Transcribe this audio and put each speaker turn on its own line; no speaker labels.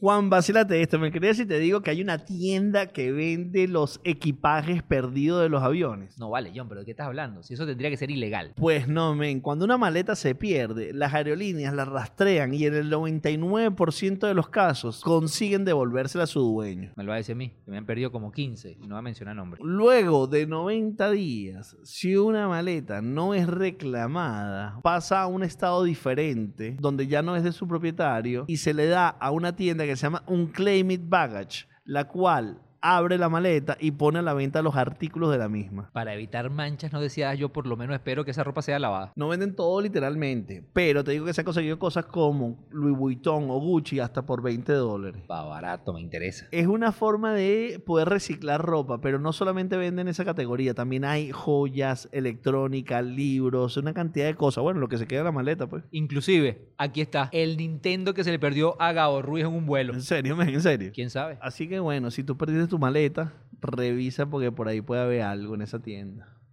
Juan, vacílate esto. Me crees si te digo que hay una tienda que vende los equipajes perdidos de los aviones.
No vale, John, pero ¿de qué estás hablando? Si eso tendría que ser ilegal.
Pues no, men, cuando una maleta se pierde, las aerolíneas la rastrean y en el 99% de los casos consiguen devolvérsela a su dueño.
Me lo va a decir a mí, que me han perdido como 15 y no va a mencionar nombre.
Luego de 90 días, si una maleta no es reclamada, pasa a un estado diferente donde ya no es de su propietario y se le da a una tienda que se llama Unclaimed Baggage, la cual abre la maleta y pone a la venta los artículos de la misma.
Para evitar manchas, no decía yo, por lo menos espero que esa ropa sea lavada.
No venden todo literalmente, pero te digo que se han conseguido cosas como Louis Vuitton o Gucci hasta por 20 dólares.
Va barato, me interesa.
Es una forma de poder reciclar ropa, pero no solamente venden esa categoría, también hay joyas, electrónica, libros, una cantidad de cosas. Bueno, lo que se queda en la maleta, pues.
Inclusive, aquí está, el Nintendo que se le perdió a Gabo Ruiz en un vuelo.
En serio, men, en serio.
¿Quién sabe?
Así que bueno, si tú perdiste tu maleta, revisa porque por ahí puede haber algo en esa tienda.